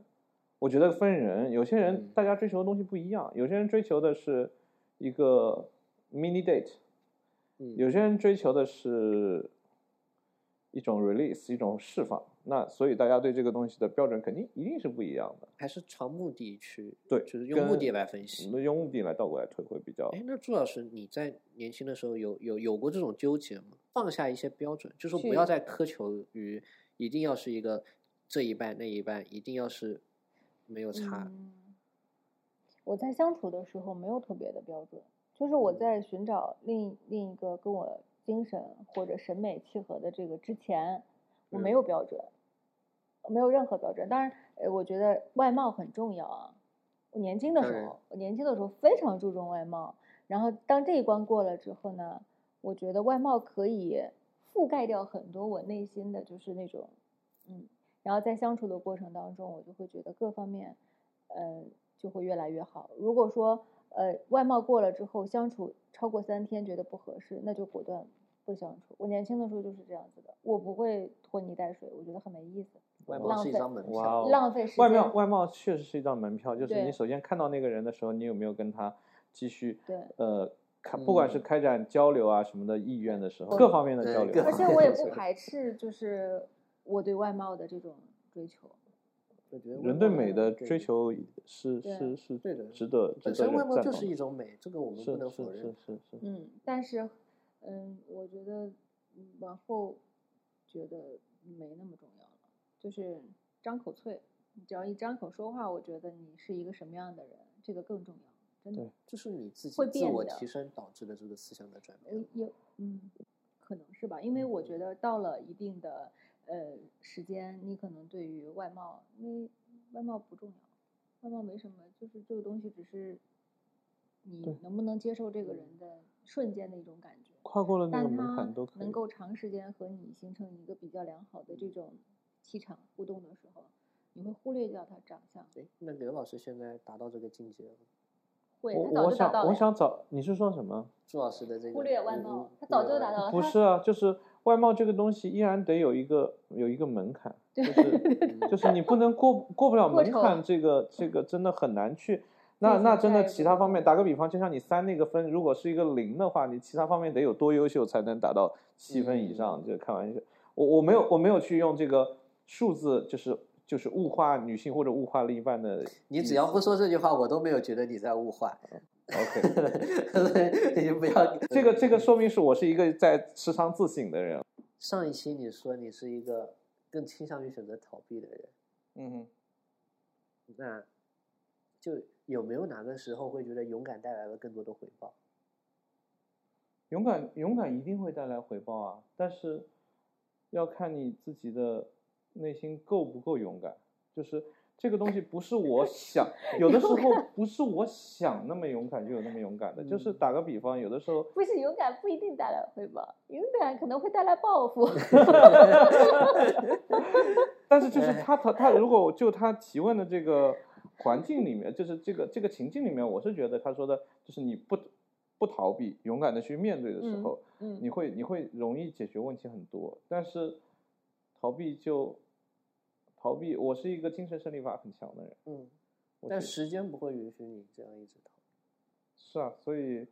Speaker 1: 我觉得分人，有些人
Speaker 3: 嗯
Speaker 1: 大家追求的东西不一样，有些人追求的是一个 mini date，
Speaker 3: 嗯
Speaker 1: 有些人追求的是一种 release，一种释放。那所以大家对这个东西的标准肯定一定是不一样的。
Speaker 3: 还是朝目的去，
Speaker 1: 对
Speaker 3: 就是用目
Speaker 1: 跟
Speaker 3: 的来分析
Speaker 1: 我。们用目的来倒过来推会比较
Speaker 3: 哎，那朱老师，你在年轻的时候有有有过这种纠结吗？放下一些标准，就说不要
Speaker 2: 是
Speaker 3: 再苛求于一定要是一个这一半那一半，一定要是没有差。
Speaker 2: 嗯。我在相处的时候没有特别的标准，就是我
Speaker 3: 嗯
Speaker 2: 在寻找另另一个跟我精神或者审美契合的这个之前，我没
Speaker 3: 嗯
Speaker 2: 有标准，没有任何标准。当然，呃，我觉得外貌很重要啊。我年轻的
Speaker 3: 当
Speaker 2: 时
Speaker 3: 然
Speaker 2: 候，我年轻的时候非常注重外貌，然后当这一关过了之后呢，我觉得外貌可以覆盖掉很多我内心的就是那种，嗯，然后在相处的过程当中，我就会觉得各方面，呃，就会越来越好。如果说呃外貌过了之后相处超过三天觉得不合适，那就果断不相处。我年轻的时候就是这样子的，我不会拖泥带水，我觉得很没意思，
Speaker 3: 外
Speaker 1: 哦
Speaker 3: 貌
Speaker 2: 浪
Speaker 3: 是一
Speaker 2: 费
Speaker 3: 张门
Speaker 1: 哇
Speaker 3: 票，
Speaker 1: 哦
Speaker 2: 浪费时间。
Speaker 1: 外貌，外貌确实是一张门票，就是
Speaker 2: 对
Speaker 1: 你首先看到那个人的时候，你有没有跟他继续
Speaker 2: 对
Speaker 1: 呃开，不管是
Speaker 3: 嗯
Speaker 1: 开展交流啊什么的意愿的时候，
Speaker 2: 嗯
Speaker 1: 各方面的
Speaker 3: 对
Speaker 1: 交流
Speaker 3: 各
Speaker 1: 啊，
Speaker 2: 而
Speaker 3: 方
Speaker 2: 且
Speaker 3: 面
Speaker 2: 我也
Speaker 3: 都
Speaker 2: 不
Speaker 3: 是
Speaker 2: 排斥，就是我对外貌的这种追求。
Speaker 3: 我觉得外
Speaker 1: 人
Speaker 3: 貌
Speaker 1: 对
Speaker 3: 是
Speaker 1: 美
Speaker 3: 一
Speaker 1: 的
Speaker 3: 种
Speaker 1: 追求是
Speaker 2: 对
Speaker 1: 是是
Speaker 3: 对的
Speaker 1: 值得值得
Speaker 3: 本身外
Speaker 1: 人
Speaker 3: 貌
Speaker 1: 赞
Speaker 3: 就
Speaker 1: 同
Speaker 3: 是
Speaker 1: 的
Speaker 3: 一种美，这个我们
Speaker 1: 是
Speaker 3: 不能
Speaker 1: 是
Speaker 3: 否
Speaker 1: 是
Speaker 3: 认。
Speaker 1: 是是，
Speaker 2: 嗯，但是，嗯，我觉得嗯往后觉得没那么重要了，就是张口脆，你只要一张口说话，我觉得你是一个什么样的人，这个更重要，真的
Speaker 1: 对。
Speaker 3: 这是你自己
Speaker 2: 会
Speaker 3: 自
Speaker 2: 变
Speaker 3: 我
Speaker 2: 的
Speaker 3: 提升导致的这个思想的转变
Speaker 2: 呃，。也嗯，可能是吧，因
Speaker 1: 嗯
Speaker 2: 为我觉得到了一定的呃时间，你可能对于外貌，因为外貌不重要，外貌没什么，就是这个东西只是
Speaker 1: 对
Speaker 2: 你能不能接受这个人的瞬间的一种感觉。
Speaker 1: 跨过了那
Speaker 2: 但
Speaker 1: 个
Speaker 2: 它
Speaker 1: 门槛都可
Speaker 2: 能
Speaker 1: 以。嗯
Speaker 2: 够长时间和你形成一个比较良好的这种气场互动的时候，你会忽略掉他长相，
Speaker 3: 哎，那刘老师现在达到这个境界了，
Speaker 2: 会
Speaker 1: 我
Speaker 2: 他早
Speaker 1: 我
Speaker 2: 就达到
Speaker 1: 想
Speaker 2: 了
Speaker 1: 我
Speaker 2: 呀，
Speaker 1: 想找你是说什么？
Speaker 3: 朱老师的这个
Speaker 2: 忽略外
Speaker 3: 嗯
Speaker 2: 貌
Speaker 3: 嗯，
Speaker 2: 他
Speaker 3: 忽
Speaker 2: 早
Speaker 3: 略
Speaker 2: 就
Speaker 3: 外
Speaker 2: 达
Speaker 3: 貌
Speaker 2: 到了，
Speaker 1: 不
Speaker 2: 哦他
Speaker 1: 是啊，就是外貌这个东西依然得有一个有一个门槛，就是
Speaker 3: 嗯
Speaker 1: 就是你不能过过不了
Speaker 2: 过
Speaker 1: 门
Speaker 2: 头
Speaker 1: 槛，这个这个真的很难 去。那
Speaker 2: 对
Speaker 1: 那真
Speaker 2: 存
Speaker 1: 的
Speaker 2: 在
Speaker 1: 其
Speaker 2: 这
Speaker 1: 他
Speaker 2: 个
Speaker 1: 方面，打个比方，就像你三那个分，如果是一个零的话，你其他方面得有多优秀才能达到七分以
Speaker 2: 嗯
Speaker 1: 上？这个开玩笑，我我没有我没有去用这个数字，就是就是物化女性或者物化另一半的。
Speaker 3: 你只要不说这句话，我都没有觉得你在物化。
Speaker 1: OK，
Speaker 3: 你就不要
Speaker 1: 这个这个说明是我是一个在时常自省的人。
Speaker 3: 上一期你说你是一个更倾向于选择逃避的人，
Speaker 1: 嗯哼。
Speaker 3: 那就有没有哪个时候会觉得勇敢带来了更多的回报？
Speaker 1: 勇敢，勇敢一定会带来回报啊，但是要看你自己的内心够不够勇敢。就是这个东西不是我想，有的时候不是我想那么勇敢就有那么勇敢的。就是
Speaker 3: 嗯
Speaker 1: 打个比方，有的时候
Speaker 2: 不是勇敢不一定带来回报，勇敢可能会带来 报复。
Speaker 1: 但是就是他他他如果就他提问的这个环境里面，就是这个这个情境里面，我是觉得他说的就是你不不逃避，勇敢的去面对的时
Speaker 2: 嗯
Speaker 1: 候，
Speaker 2: 嗯
Speaker 1: 你会你会容易解决问题很多，但是逃避就逃避。我是一个精神胜利法很强的人，
Speaker 3: 嗯，
Speaker 1: 我
Speaker 3: 但
Speaker 1: 觉得
Speaker 3: 时间不会允许你这样一直逃避。
Speaker 1: 是啊，所以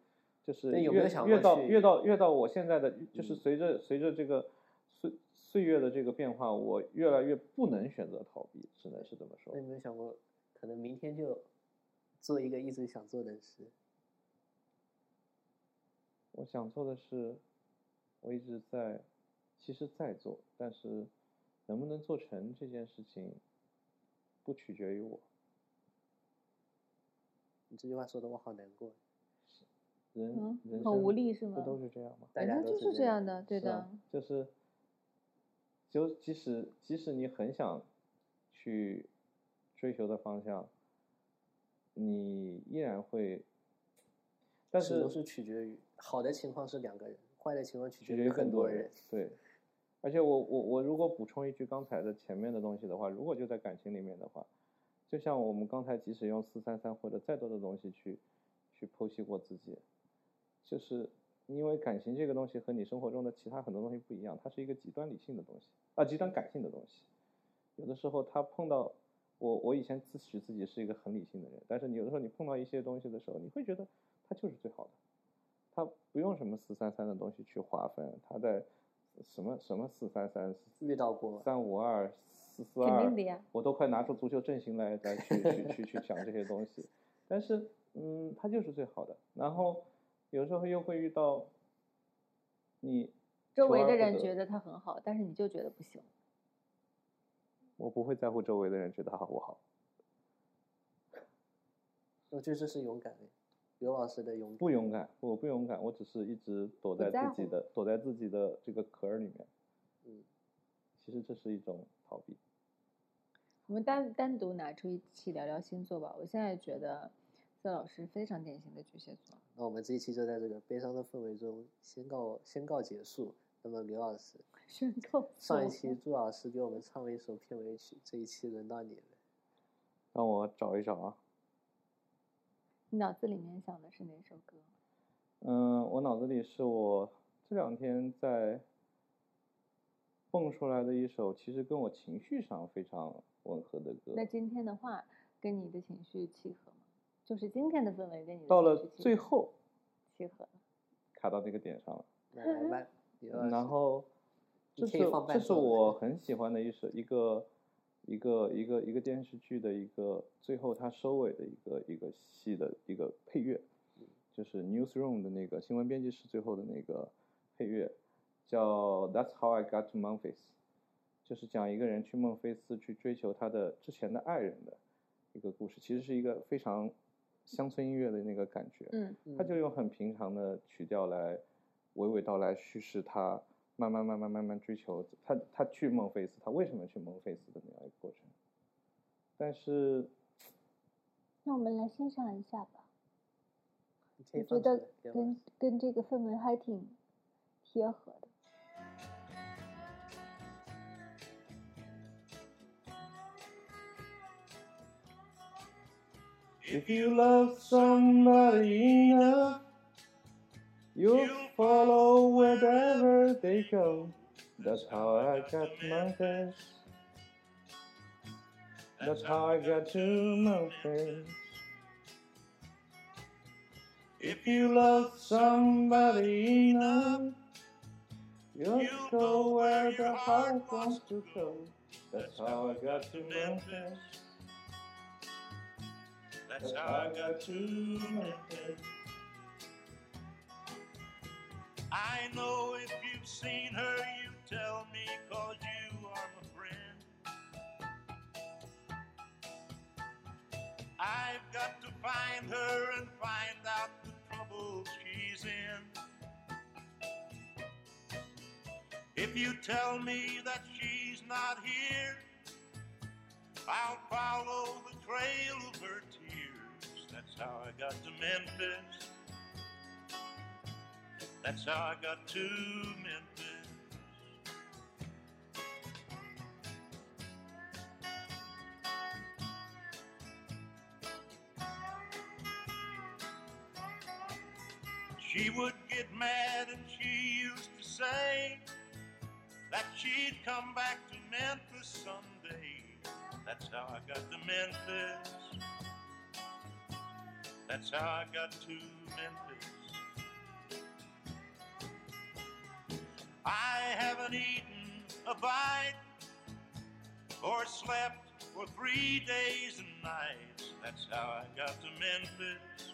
Speaker 1: 就是
Speaker 3: 对
Speaker 1: 越
Speaker 3: 有没有想
Speaker 1: 越
Speaker 3: 过
Speaker 1: 到
Speaker 3: 去
Speaker 1: 越到越到我现在的，就是
Speaker 3: 嗯
Speaker 1: 随着随着这个岁岁月的这个变化，我越来越不能选择逃避，只能是这么说
Speaker 3: 那。有没有想过，可能明天就做一个一直想做的事？
Speaker 1: 我想做的是，我一直在，其实在做，但是能不能做成这件事情，不取决于我。
Speaker 3: 你这句话说的我好难过。
Speaker 1: 人、
Speaker 2: 嗯
Speaker 1: 人，
Speaker 2: 很
Speaker 1: 生
Speaker 2: 无力是
Speaker 1: 不
Speaker 2: 吗？
Speaker 1: 都是这样吗？
Speaker 3: 大
Speaker 2: 人
Speaker 3: 家
Speaker 2: 生
Speaker 3: 都
Speaker 2: 就是是这样的，对
Speaker 1: 是啊
Speaker 2: 的。
Speaker 1: 就是，就即使即使你很想去追求的方向，你依然会，但
Speaker 3: 始
Speaker 1: 是
Speaker 3: 终是取决于好的情况是两个人，坏的情况取
Speaker 1: 取
Speaker 3: 决
Speaker 1: 决
Speaker 3: 于
Speaker 1: 于
Speaker 3: 很
Speaker 1: 更
Speaker 3: 多
Speaker 1: 人。对，而且我我我如果补充一句刚才的前面的东西的话，如果就在感情里面的话，就像我们刚才即使用四三三或者再多的东西去去剖析过自己，就是因为感情这个东西和你生活中的其他很多东西不一样，它是一个极端理性的东西啊，极端感性的东西。有的时候他碰到我，我以前自诩自己是一个很理性的人，但是你有的时候你碰到一些东西的时候，你会觉得它就是最好的，他不用什么四三三的东西去划分，他在什么什么四三三、
Speaker 3: 遇到过吗？
Speaker 1: 三五二、四四
Speaker 2: 肯
Speaker 1: 二
Speaker 2: 定的，呀。
Speaker 1: 我都快拿出足球阵型来来去去去去讲这些东西。但是，嗯，它就是最好的。然后有时候又会遇到你求
Speaker 2: 周围
Speaker 1: 而
Speaker 2: 的
Speaker 1: 不
Speaker 2: 人
Speaker 1: 得
Speaker 2: 觉得他很好，但是你就觉得不行。
Speaker 1: 我不会在乎周围的人觉得啊他好不好，
Speaker 3: 我觉得这是勇敢的，刘老师的勇敢。
Speaker 1: 不勇敢，我不勇敢，我只是一直躲
Speaker 2: 不
Speaker 1: 在
Speaker 2: 在
Speaker 1: 自己
Speaker 2: 乎
Speaker 1: 的躲在自己的这个壳儿里面。
Speaker 3: 嗯，
Speaker 1: 其实这是一种逃避。
Speaker 2: 我们单单独拿出一期聊聊星座吧。我现在觉得色老师非常典型的巨蟹 座，
Speaker 3: 那我们这一期就在这个悲伤的氛围中先告先告结束。那么刘老师，
Speaker 2: 深刻。
Speaker 3: 上一期朱老师给我们唱了一首片尾曲，这一期轮到你了。
Speaker 1: 让我找一找啊，
Speaker 2: 你脑子里面想的是哪首歌？
Speaker 1: 呃嗯，我脑子里是我这两天在蹦出来的一首，其实跟我情绪上非常吻合的歌。
Speaker 2: 那今天的话跟你的情绪契合吗？就是今天的氛围跟你的
Speaker 1: 到
Speaker 2: 情
Speaker 1: 了
Speaker 2: 绪契
Speaker 1: 最
Speaker 2: 合
Speaker 1: 后
Speaker 2: 契合了。
Speaker 1: 卡到那个点上了，
Speaker 3: 来来来，刘老师，
Speaker 1: 然后
Speaker 3: 嗯
Speaker 1: 这
Speaker 3: 你可
Speaker 1: 是
Speaker 3: 以放
Speaker 1: 这
Speaker 3: 伴
Speaker 1: 是
Speaker 3: 奏的
Speaker 1: 我很喜欢的一首一个一个一个一个电视剧的一个最后它收尾的一个一个戏的一个配乐，
Speaker 3: 嗯
Speaker 1: 就是 Newsroom 的那个新闻编辑室最后的那个配乐，叫 That's How I Got to Memphis，就是讲一个人去孟菲斯去追求他的之前的爱人的一个故事，其实是一个非常乡村音乐的那个感觉，
Speaker 2: 嗯，
Speaker 1: 他就用很平常的曲调来娓娓道来叙事他慢慢慢慢慢慢追求他他去孟菲斯，他为什么去孟菲斯的那样一个过程。但是
Speaker 2: 那我们来欣赏一下吧。
Speaker 3: 你可
Speaker 2: 我觉
Speaker 3: 以放出来
Speaker 2: 得，
Speaker 3: 刘老
Speaker 2: 跟
Speaker 3: 师。
Speaker 2: 跟这个氛围还挺贴合的。
Speaker 1: If you love somebody enough, you'll follow wherever they go. That's how I got my face. That's how I got to my face. If you love somebody enough, you'll go where the heart wants to go. That's how I got to my face. That's how I got to my face.
Speaker 4: I know if you've seen her, you tell me, cause you are my friend. I've got to find her and find out the trouble she's in. If you tell me that she's not here, I'll follow the trail of her tears. That's how I got to Memphis. That's how I got to Memphis. She would get mad and she used to say that she'd come back to Memphis someday. That's how I got to Memphis. That's how I got to Memphis. I haven't eaten a bite or slept for three days and nights. That's how I got to Memphis.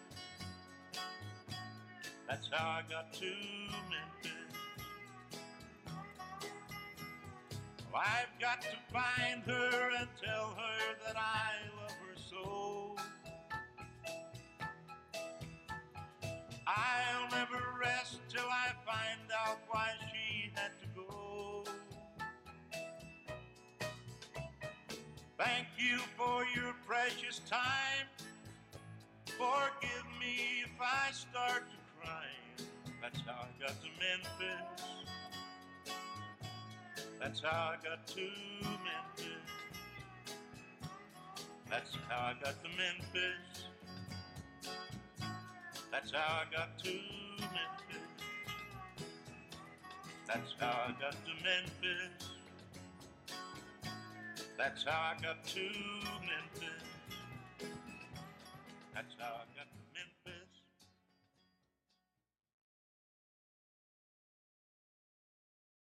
Speaker 4: That's how I got to Memphis. Well, I've got to find her and tell her that I love her so. I'll never rest till I find out why she had to go. Thank you for your precious time. Forgive me if I start to cry. That's how I got to Memphis. That's how I got to Memphis. That's how I got to Memphis. That's how I got to Memphis. That's how I got to Memphis. That's how I got to Memphis. That's how I got